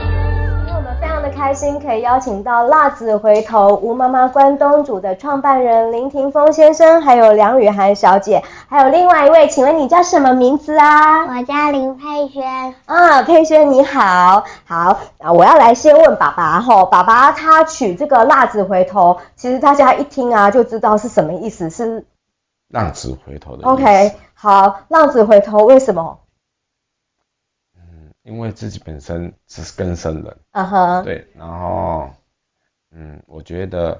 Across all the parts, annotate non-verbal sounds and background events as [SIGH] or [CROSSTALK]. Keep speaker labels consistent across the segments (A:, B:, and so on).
A: 今天我们非常的开心，可以邀请到辣子回头吴妈妈关东煮的创办人林霆锋先生，还有梁雨涵小姐，还有另外一位，请问你叫什么名字啊？
B: 我叫林佩轩，
A: 啊，佩轩你好，好啊，我要来先问爸爸吼，爸爸他取这个辣子回头，其实大家一听啊就知道是什么意思，是
C: 浪子回头的意思
A: OK，好，浪子回头为什么？
C: 因为自己本身是根生人，
A: 嗯哼，
C: 对，然后，嗯，我觉得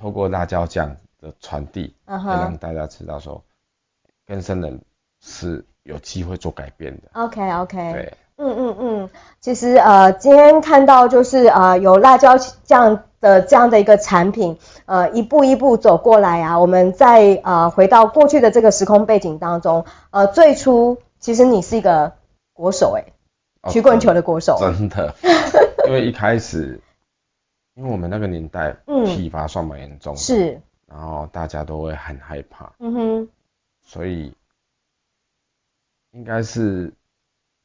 C: 透过辣椒酱的传递，
A: 嗯
C: 可以让
A: 哼
C: 大家知道说，根生人是有机会做改变的，
A: ，OK OK，
C: 对，
A: 嗯嗯嗯，其实呃，今天看到就是呃有辣椒酱的这样的一个产品，呃一步一步走过来啊，我们再呃回到过去的这个时空背景当中，呃最初其实你是一个国手诶、
C: 哦
A: 曲棍球的国手，[LAUGHS]
C: 真的，因为一开始，因为我们那个年代
A: 嗯
C: 体罚算蛮严重的，，
A: 是，
C: 然后大家都会很害怕，
A: 嗯哼，
C: 所以应该是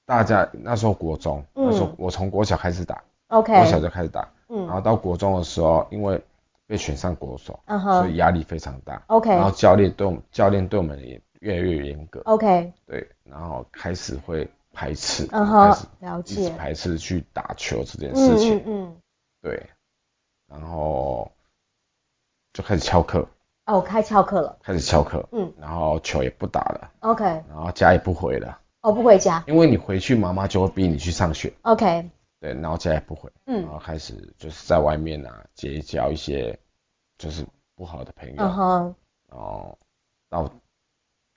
C: 大家那时候国中，
A: 嗯
C: 那时候我从国小开始打，国小
A: ，OK，
C: 就开始打，然
A: 嗯
C: 后到国中的时候，因为被选上国手，
A: 嗯
C: 所
A: 哼
C: 以压力非常大，
A: ，OK
C: 然后教练对我们教练对我们也越来越严格，
A: OK，
C: 对，然后开始会排斥，
A: 嗯
C: 开
A: 哼
C: 始，
A: 了
C: 一直
A: 解，
C: 排斥去打球这件事
A: 嗯
C: 情
A: 嗯，嗯，
C: 对，然后就开始翘课，
A: 哦，开翘课了，
C: 开始翘课，
A: 嗯
C: 然后球也不打了，
A: ，OK，
C: 然后家也不回了，
A: 哦不回家
C: 因为你回去妈妈就会逼你去上学，
A: ，OK，
C: 对，然后家也不回，然
A: 嗯，
C: 后开始就是在外面啊结交一些就是不好的朋友，
A: 嗯哼，
C: 然后到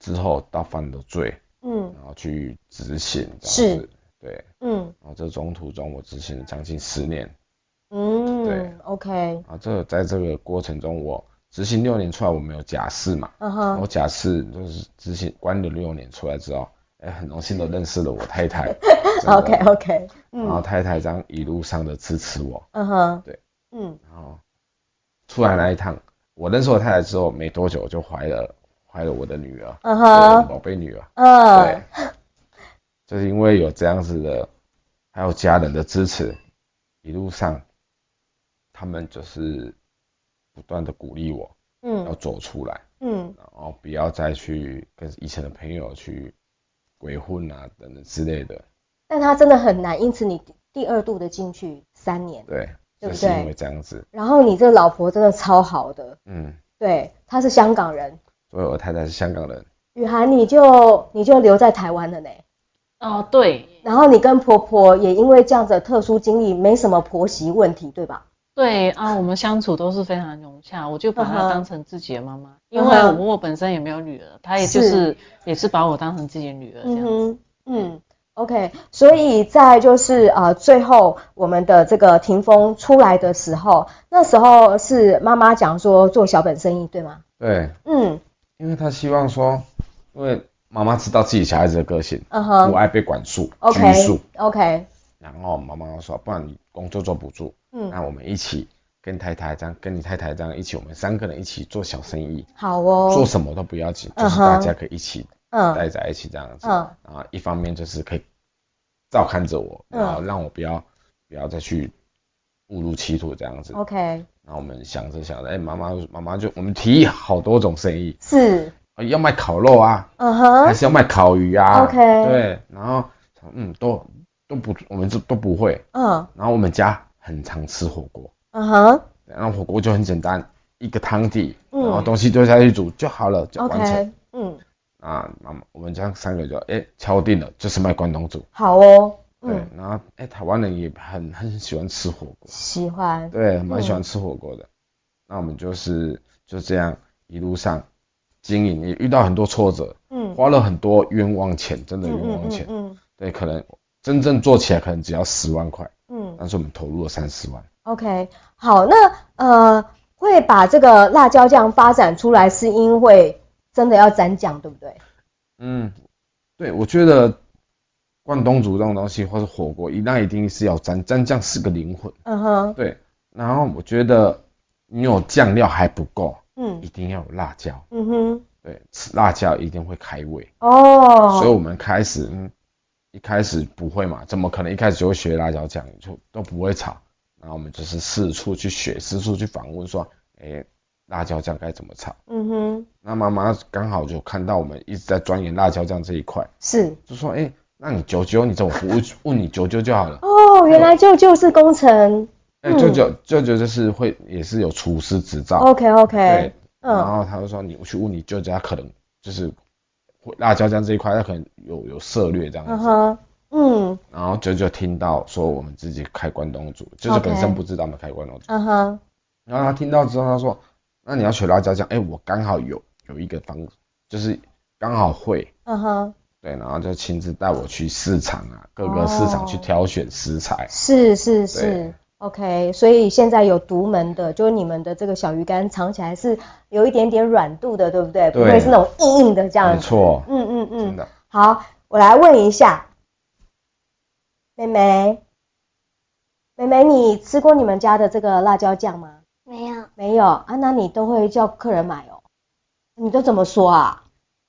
C: 之后到犯了罪，
A: 嗯
C: 然后去执行这样
A: 是
C: 子，对，
A: 嗯。
C: 然后这中途中我执行了将近十年，对
A: 嗯，OK，
C: 啊，这个在这个过程中我执行六年出来我没有假释嘛，
A: 嗯
C: 然后
A: 哼，
C: 假释就是执行关了六年出来之后，哎，很荣幸的认识了我太
A: [LAUGHS]
C: 太
A: ，OK
C: 真的
A: OK，
C: 然后
A: 嗯，
C: 太太这样一路上的支持我，
A: 嗯哼，
C: 对，
A: 嗯，
C: 然后出来那一趟，我认识我太太之后没多久我就怀了怀了我的女儿，
A: 嗯
C: 我的
A: 哼，
C: 宝贝女儿，对
A: 嗯，，
C: 就是因为有这样子的，还有家人的支持，一路上他们就是不断的鼓励我要
A: 嗯，
C: 走出来，
A: 嗯，
C: 然后不要再去跟以前的朋友去鬼混啊等等之类的，
A: 但他真的很难，因此你第第二度的进去三年，
C: 对，
A: 对
C: 就
A: 不
C: 是因
A: 对
C: 为这样子，
A: 然后你这个老婆真的超好的，
C: 嗯，
A: 对，她是香港人，
C: 所以我太太是香港人，
A: 雨涵你就你就留在台湾了呢，
D: 哦，对
A: 然后你跟婆婆也因为这样子的特殊经历，没什么婆媳问题，对吧？
D: 对啊，我们相处都是非常融洽，我就把
A: 嗯哼
D: 她当成自己的妈妈，因
A: 嗯
D: 为
A: 哼
D: 我本身也没有女儿，她也就是是也是把我当成自己的女儿这
A: 嗯
D: 样。
A: 哼，嗯，OK，所以在就是呃最后我们的这个霆锋出来的时候，那时候是妈妈讲说做小本生意，对吗？
C: 对，
A: 嗯
C: 因为她希望说，因为妈妈知道自己小孩子的个性，
A: 嗯
C: 不
A: 哼
C: 爱被管束、
A: ，OK
C: 拘束，
A: OK，
C: 然后妈妈说，不然你工作做不住。
A: 嗯，
C: 那我们一起跟太太这样，跟你太太这样一起，我们三个人一起做小生意，
A: 好
C: 做
A: 哦，
C: 什么都不要紧，
A: 嗯
C: 就是
A: 哼
C: 大家可以一起
A: 嗯
C: 待在一起这样子。
A: 嗯
C: 然后一方面就是可以照看着我，
A: 嗯
C: 然后让我不要不要再去误入歧途这样
A: 哦
C: 子。
A: ，OK，
C: 然后我们想着想着，哎，妈妈妈妈就我们提议好多种生意，
A: 是，
C: 呃要卖烤肉啊，
A: 嗯
C: 还
A: 哼，
C: 是要卖烤鱼啊
A: OK
C: 对，然后嗯都都不我们都都不会，
A: 嗯
C: 然后我们家很常吃火锅。
A: 嗯哼
C: 然后火锅就很简单，一个汤底，
A: 嗯
C: 然后东西丢下去煮就好了，就完成。
A: ，OK，嗯，
C: 啊，那么我们这样三个就哎敲定了，就是卖关东煮。
A: 好哦，
C: 对
A: 嗯，，
C: 然后哎台湾人也很很喜欢吃火锅，
A: 喜欢，
C: 对，蛮喜欢吃火锅的。那我们就是就这样一路上经营，也遇到很多挫折，
A: 嗯
C: 花了很多冤枉钱，真的
A: 嗯
C: 冤枉
A: 嗯
C: 钱。
A: 嗯
C: 对，可能真正做起来可能只要十万块，
A: 嗯嗯
C: 但是我们投入了三十万。
A: OK，好，那呃，会把这个辣椒酱发展出来，是因为真的要沾酱，对不对？
C: 嗯，对，我觉得关东煮这种东西，或是火锅，一那一定是要沾沾酱是个灵魂。
A: 嗯哼，
C: 对，然后我觉得你有酱料还不够，一
A: 嗯
C: 定要有辣椒。
A: 嗯哼，
C: 对，吃辣椒一定会开胃，所以
A: 哦，
C: 我们开始，嗯，一开始不会嘛，怎么可能一开始就会学辣椒酱，就都不会炒。然后我们就是四处去学，四处去访问，说，哎，辣椒酱该怎么炒？
A: 嗯哼，
C: 那妈妈刚好就看到我们一直在钻研辣椒酱这一块，
A: 是，
C: 就说，哎，那你九九，你怎么不问问你九九就好了？
A: 哦，原来舅舅是工程
C: 哎，
A: 嗯
C: 舅舅舅舅就是会也是有厨师执照，
A: ，OK OK，
C: 啊对，然
A: 嗯
C: 后他就说你去问你舅舅，他可能就是会辣椒酱这一块，他可能有有涉略这样
A: 嗯
C: 子。
A: 哼，嗯
C: 然后舅舅听到说我们自己开关东煮，舅舅
A: OK
C: 本身不知道我们开关东煮，
A: 嗯哼，
C: 然后他听到之后他说，那你要学辣椒酱，哎，我刚好有有一个方，就是刚好会。
A: 嗯哼，
C: 对，然后就亲自带我去市场啊，各个市场去
A: 哦
C: 挑选食材。
A: 是是
C: 对
A: 是，OK，所以现在有独门的，就是你们的这个小鱼干尝起来是有一点点软度的，对不对？不
C: 对
A: 会是那种硬硬的这样
C: 没
A: 子。
C: 错，
A: 嗯嗯
C: 真
A: 嗯，
C: 的。
A: 好，我来问一下，妹妹，妹妹，你吃过你们家的这个辣椒酱吗？
B: 没有，
A: 没有啊，那你都会叫客人买哦？你都怎么说啊？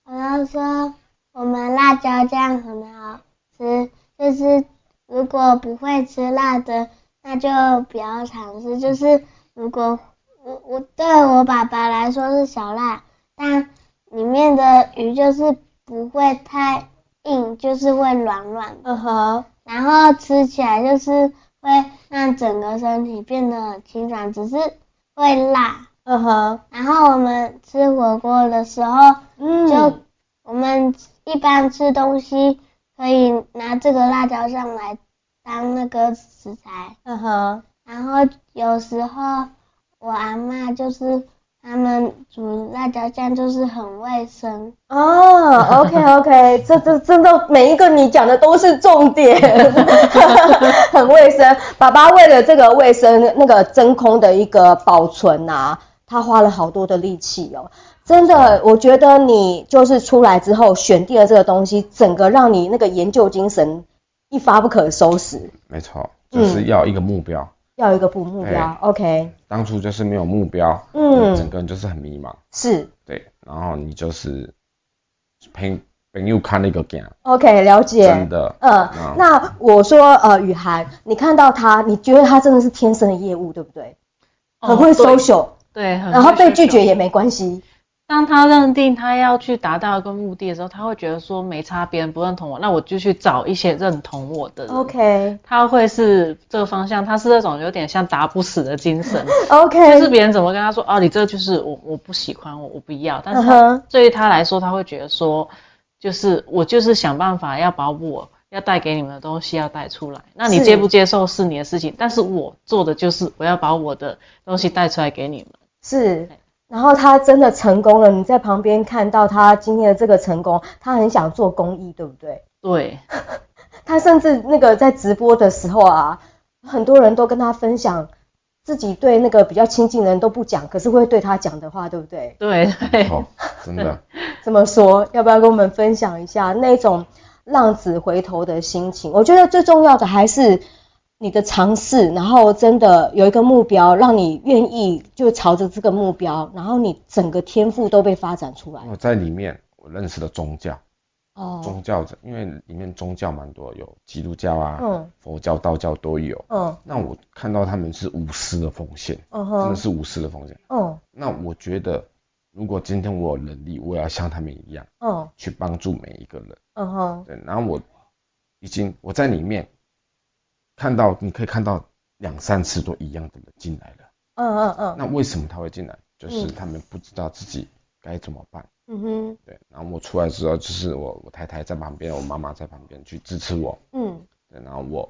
B: 我要说我们辣椒酱很好吃，就是如果不会吃辣的，那就不要尝试。就是如果我我对我爸爸来说是小辣，但里面的鱼就是不会太硬，就是会软软的，
A: 嗯哼，
B: 然后吃起来就是会让整个身体变得很清爽，只是会辣。
A: 嗯哼，
B: 然后我们吃火锅的时候，
A: 嗯，
B: 就我们一般吃东西可以拿这个辣椒酱来当那个食材。
A: 嗯哼，
B: 然后有时候我阿嬷就是他们煮辣椒酱就是很卫生，
A: 哦，OK
C: [LAUGHS]
A: OK，这这真的每一个你讲的都是重
C: [LAUGHS]
A: 点，很卫生。爸爸为了这个卫生那个真空的一个保存啊，他花了好多的力气哦。真的，我觉得你就是出来之后选定了这个东西，整个让你那个研究精神一发不可收拾，
C: 没错，
A: 嗯
C: 就是要一个目标。
A: 要有一个目目标
C: 哎。
A: OK，
C: 当初就是没有目标，
A: 嗯
C: 嗯，整个人就是很迷茫，
A: 是
C: 对。然后你就是朋朋友看那个镜，
A: OK，了解。
C: 真的，
A: 嗯，那我说，呃，雨涵，你看到他，你觉得他真的是天生的业务，对不对？
D: 哦
A: 很会
D: 对
A: social，
D: 对，很
A: 然后
D: 会
A: 被
D: 需
A: 拒
D: 求
A: 绝也没关系。
D: 当他认定他要去达到一个目的的时候，他会觉得说没差，别人不认同我，那我就去找一些认同我的人。
A: OK
D: 他会是这个方向，他是那种有点像打不死的
A: [LAUGHS]
D: 精神，就
A: OK，
D: 是别人怎么跟他说啊，你这就是我我不喜欢我我不要，但是
A: 嗯
D: 他
A: 哼，
D: 对于他来说，他会觉得说，就是我就是想办法要保护我要带给你们的东西要带出来，那你
A: 是
D: 接不接受是你的事情，但是我做的就是我要把我的东西带出来给你们。
A: 是。然后他真的成功了，你在旁边看到他今天的这个成功，他很想做公益，对不对？
D: 对，
A: 他甚至那个在直播的时候啊，很多人都跟他分享自己对那个比较亲近的人都不讲，可是会对他讲的话，对不对？
D: 对
A: 嗯
D: 对，
C: 哦，真的，
A: 这么说，要不要跟我们分享一下那种浪子回头的心情？我觉得最重要的还是你的尝试，然后真的有一个目标，让你愿意就朝着这个目标，然后你整个天赋都被发展出来。
C: 我在里面我认识了宗教，
A: 哦，
C: 宗教者，因为里面宗教蛮多，有基督教啊、
A: 嗯
C: 佛教、道教都有。
A: 嗯
C: 那我看到他们是无私的奉献，
A: 嗯
C: 真的
A: 哼，
C: 是无私的奉献。
A: 嗯
C: 那我觉得，如果今天我有能力，我也要像他们一样
A: 嗯
C: 去帮助每一个人。
A: 嗯哼，
C: 对，然后我已经我在里面看到，你可以看到两三次都一样的人进来了。
A: 嗯嗯嗯
C: 那为什么他会进来？就是
A: 嗯
C: 他们不知道自己该怎么办。
A: 嗯哼，
C: 对，然后我出来之后，就是我我太太在旁边，我妈妈在旁边去支持我。
A: 嗯，
C: 对，然后我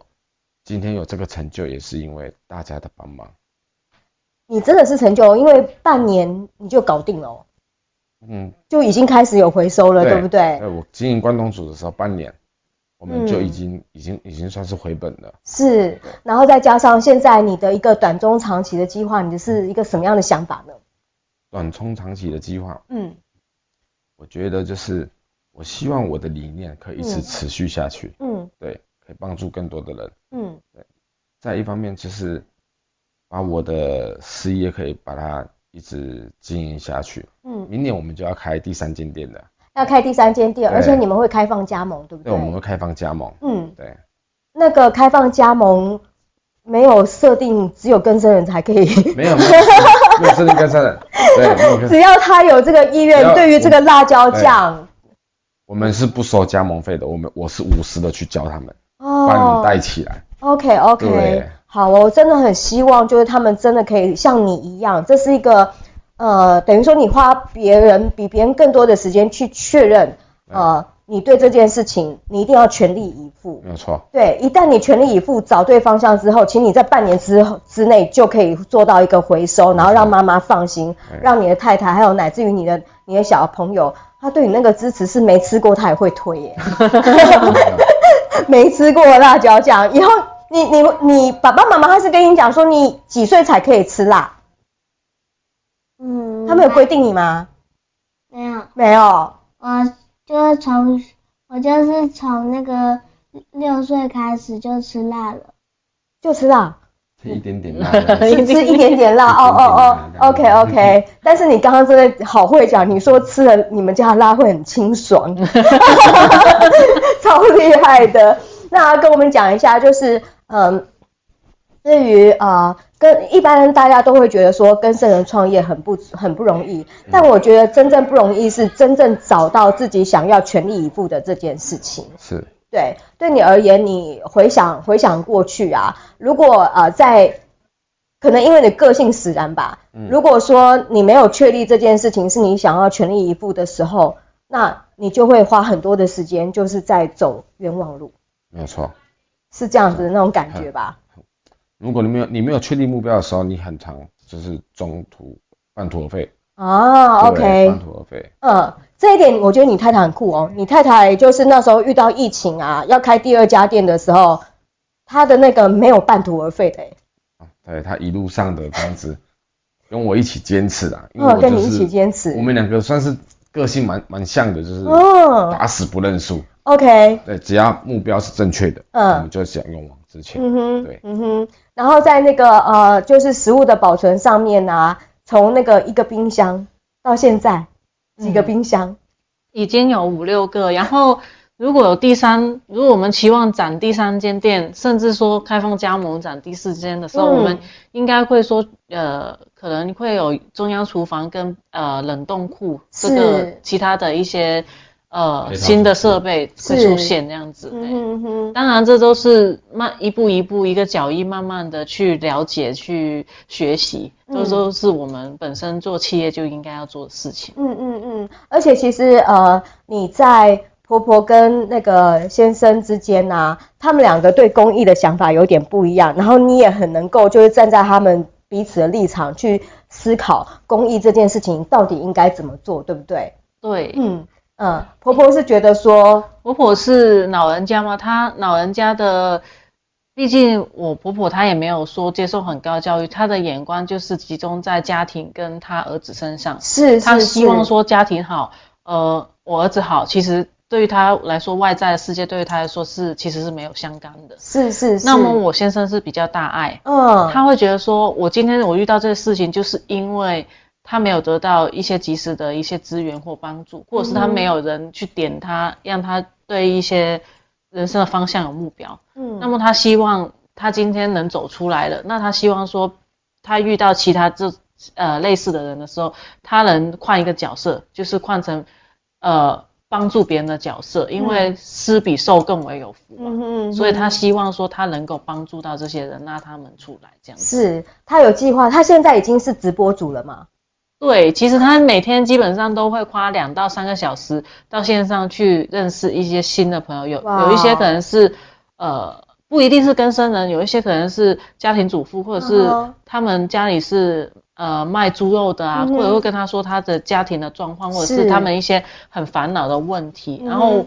C: 今天有这个成就，也是因为大家的帮忙。
A: 你真的是成就，因为半年你就搞定了哦，
C: 嗯，
A: 就已经开始有回收了，对不对？
C: 对我经营关东煮的时候，半年我们就已经、已经已经算是回本了。
A: 是，然后再加上现在你的一个短中长期的计划，你是一个什么样的想法呢？
C: 短中长期的计划，
A: 嗯
C: 我觉得就是我希望我的理念可以一直持续下去，
A: 嗯
C: 对，可以帮助更多的人。
A: 嗯
C: 再一方面就是把我的事业可以把它一直经营下去。
A: 嗯，
C: 明年我们就要开第三间店了，
A: 要开第三间店，
C: 对
A: 而且你们会开放加盟，对不
C: 对，我们会开放加盟。
A: 嗯，
C: 对，
A: 那个开放加盟没有设定，只有更生人才可以。 [LAUGHS]
C: 没有没有没有真的跟上的，对，没有
A: 只
C: 跟
A: 要他有这个意
C: 只
A: 愿，
C: 要
A: 对于这个辣椒酱，
C: 我们是不收加盟费的，我们我是无私的去教他们，把你们
A: 哦
C: 带起来。
A: ，OK OK，
C: 对
A: 好，我真的很希望就是他们真的可以像你一样，这是一个呃，等于说你花别人比别人更多的时间去确认，呃，你对这件事情你一定要全力以赴。
C: 没有错，
A: 对，一旦你全力以赴找对方向之后，请你在半年之后之内就可以做到一个回收，然后让妈妈放心，让你的太太还有乃至于你的你的小朋友，他对你那个支持是没吃过他也会推耶，没吃过的辣椒酱，以后你你你爸爸妈妈他是跟你讲说你几岁才可以吃辣，
B: 嗯，
A: 他们有规定你吗？
B: 没有，
A: 没有，
B: 我就是从我就是从那个六岁开始就吃辣了。
A: 就吃辣。
C: 这一
A: [LAUGHS]
C: 点点辣。
A: 只吃一点点辣，哦哦哦，OK OK。但是你刚刚真的好会讲，你说吃了你们家的辣会很清 [LAUGHS] 爽，超厉害的。那跟我们讲一下，就是嗯，至于啊、呃跟一般人大家都会觉得说跟圣人创业很不很不容易，但我觉得真正不容易是真正找到自己想要全力以赴的这件事情。
C: 是，
A: 对，对你而言，你回想回想过去啊，如果呃在，可能因为你个性使然吧，如果说你没有确立这件事情是你想要全力以赴的时候，那你就会花很多的时间，就是在走冤枉路，
C: 没有错。
A: 是这样子的那种感觉吧？
C: 如果你没有你没有确定目标的时候，你很常就是中途半途而废。
A: 啊
C: 对
A: ，OK，
C: 半途而废。
A: 嗯，这一点我觉得你太太很酷哦。你太太就是那时候遇到疫情啊，要开第二家店的时候，她的那个没有半途而废的、欸，
C: 啊对他一路上的这样子，跟我一起坚持啦，因为
A: 嗯，
C: 我
A: 跟
C: 就
A: 你一起
C: 是
A: 坚持
C: 我，们两个算是个性蛮蛮像的，就是
A: 嗯。
C: 打死不认输。
A: OK，
C: 对，只要目标是正确的，
A: 嗯
C: 我们就想勇往直前。
A: 嗯哼，
C: 对
A: 嗯哼，然后在那个呃，就是食物的保存上面啊，从那个一个冰箱到现在几个冰箱，
D: 已经有五六个，然后如果有第三，如果我们期望展第三间店，甚至说开放加盟展第四间的时候，
A: 嗯
D: 我们应该会说，呃，可能会有中央厨房跟呃冷冻库
A: 是
D: 这个其他的一些呃
C: 配套
D: 新的设备
A: 是
D: 会出现这样子。
A: 嗯
D: 对
A: 哼嗯哼，
D: 当然，这都是慢一步一步一个脚印，慢慢的去了解、去学习，这都是我们本身做企业就应该要做的事情。
A: 嗯嗯嗯，而且其实呃，你在婆婆跟那个先生之间呐、他们两个对公益的想法有点不一样，然后你也很能够就是站在他们彼此的立场去思考公益这件事情到底应该怎么做，对不对？
D: 对，
A: 嗯嗯，婆婆是觉得说，
D: 婆婆是老人家嘛，她老人家的，毕竟我婆婆她也没有说接受很高教育，她的眼光就是集中在家庭跟她儿子身上，
A: 是
D: 她
A: 是
D: 希望
A: 是
D: 说家庭好，呃，我儿子好，其实对于她来说，外在的世界对于她来说是其实是没有相干的。
A: 是是是，
D: 那么我先生是比较大爱，
A: 嗯，
D: 他会觉得说，我今天我遇到这个事情，就是因为他没有得到一些及时的一些资源或帮
A: 嗯
D: 助，或者是他没有人去点他，让他对一些人生的方向有目标。
A: 嗯
D: 那么他希望他今天能走出来了，那他希望说，他遇到其他这呃类似的人的时候，他能换一个角色，就是换成呃帮助别人的角色，因为施比受更为有福嘛。啊
A: 嗯哼
D: 所以他希望说他能够帮助到这些人，拉他们出来这样子。
A: 是他有计划，他现在已经是直播主了嘛？
D: 对，其实他每天基本上都会花两到三个小时到线上去认识一些新的朋友，有
A: 哇
D: 有一些可能是呃不一定是跟生人，有一些可能是家庭主妇，或者是
A: 嗯哼
D: 他们家里是呃卖猪肉的啊，
A: 嗯哼
D: 或者会跟他说他的家庭的状况，或者
A: 是
D: 是他们一些很烦恼的问题，
A: 嗯哼
D: 然后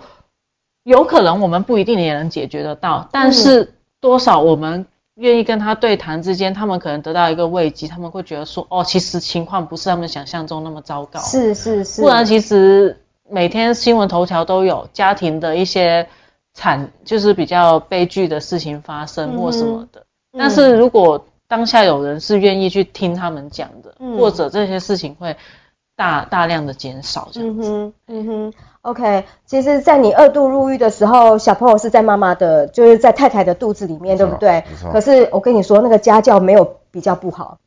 D: 有可能我们不一定也能解决得
A: 嗯
D: 到，但是多少我们愿意跟他对谈之间，他们可能得到一个慰藉，他们会觉得说，哦，其实情况不是他们想象中那么糟糕，
A: 是是是，
D: 不然其实每天新闻头条都有家庭的一些惨，就是比较悲剧的事情发
A: 嗯
D: 生或什么的。但是如果当下有人是愿意去听他们讲的，
A: 嗯
D: 或者这些事情会大大量的减少这样
A: 嗯
D: 子。
A: 哼，嗯哼，OK。其实，在你二度入狱的时候，小朋友是在妈妈的，就是在太太的肚子里面，
C: 没
A: 对
C: 错
A: 不对
C: 没？错
A: 可是我跟你说，那个家教没有比较不好，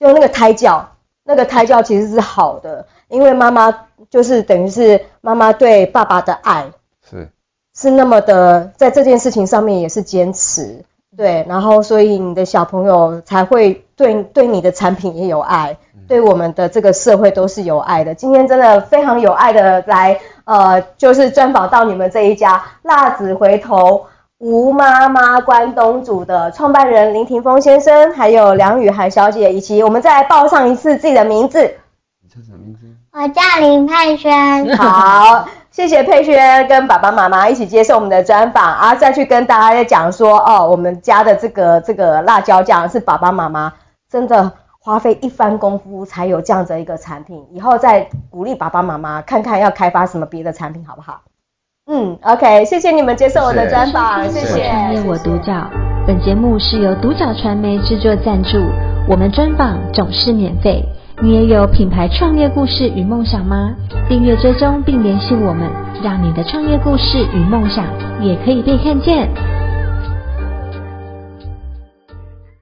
A: 就那个胎教，那个胎教其实是好的，因为妈妈就是等于是妈妈对爸爸的爱，
C: 是
A: 是那么的，在这件事情上面也是坚持，对，然后所以你的小朋友才会对对你的产品也有爱，对我们的这个社会都是有爱的。今天真的非常有爱的来，呃，就是专访到你们这一家辣子回头吴妈妈关东煮的创办人林霆锋先生，还有梁雨涵小姐，以及我们再来报上一次自己的名字。
C: 你叫什么名字？
B: 我叫林佩
A: [LAUGHS]
B: 轩，
A: 好，谢谢佩轩跟爸爸妈妈一起接受我们的专访啊，再去跟大家讲说哦，我们家的这个这个辣椒酱是爸爸妈妈真的花费一番功夫才有这样的一个产品，以后再鼓励爸爸妈妈看看要开发什么别的产品好不好？嗯，OK，谢谢你们接受我的专访，谢
C: 谢
A: 谢。
E: 创业我独角。本节目是由独角传媒制作赞助，我们专访总是免费。你也有品牌创业故事与梦想吗？订阅追踪并联系我们，让你的创业故事与梦想也可以被看见。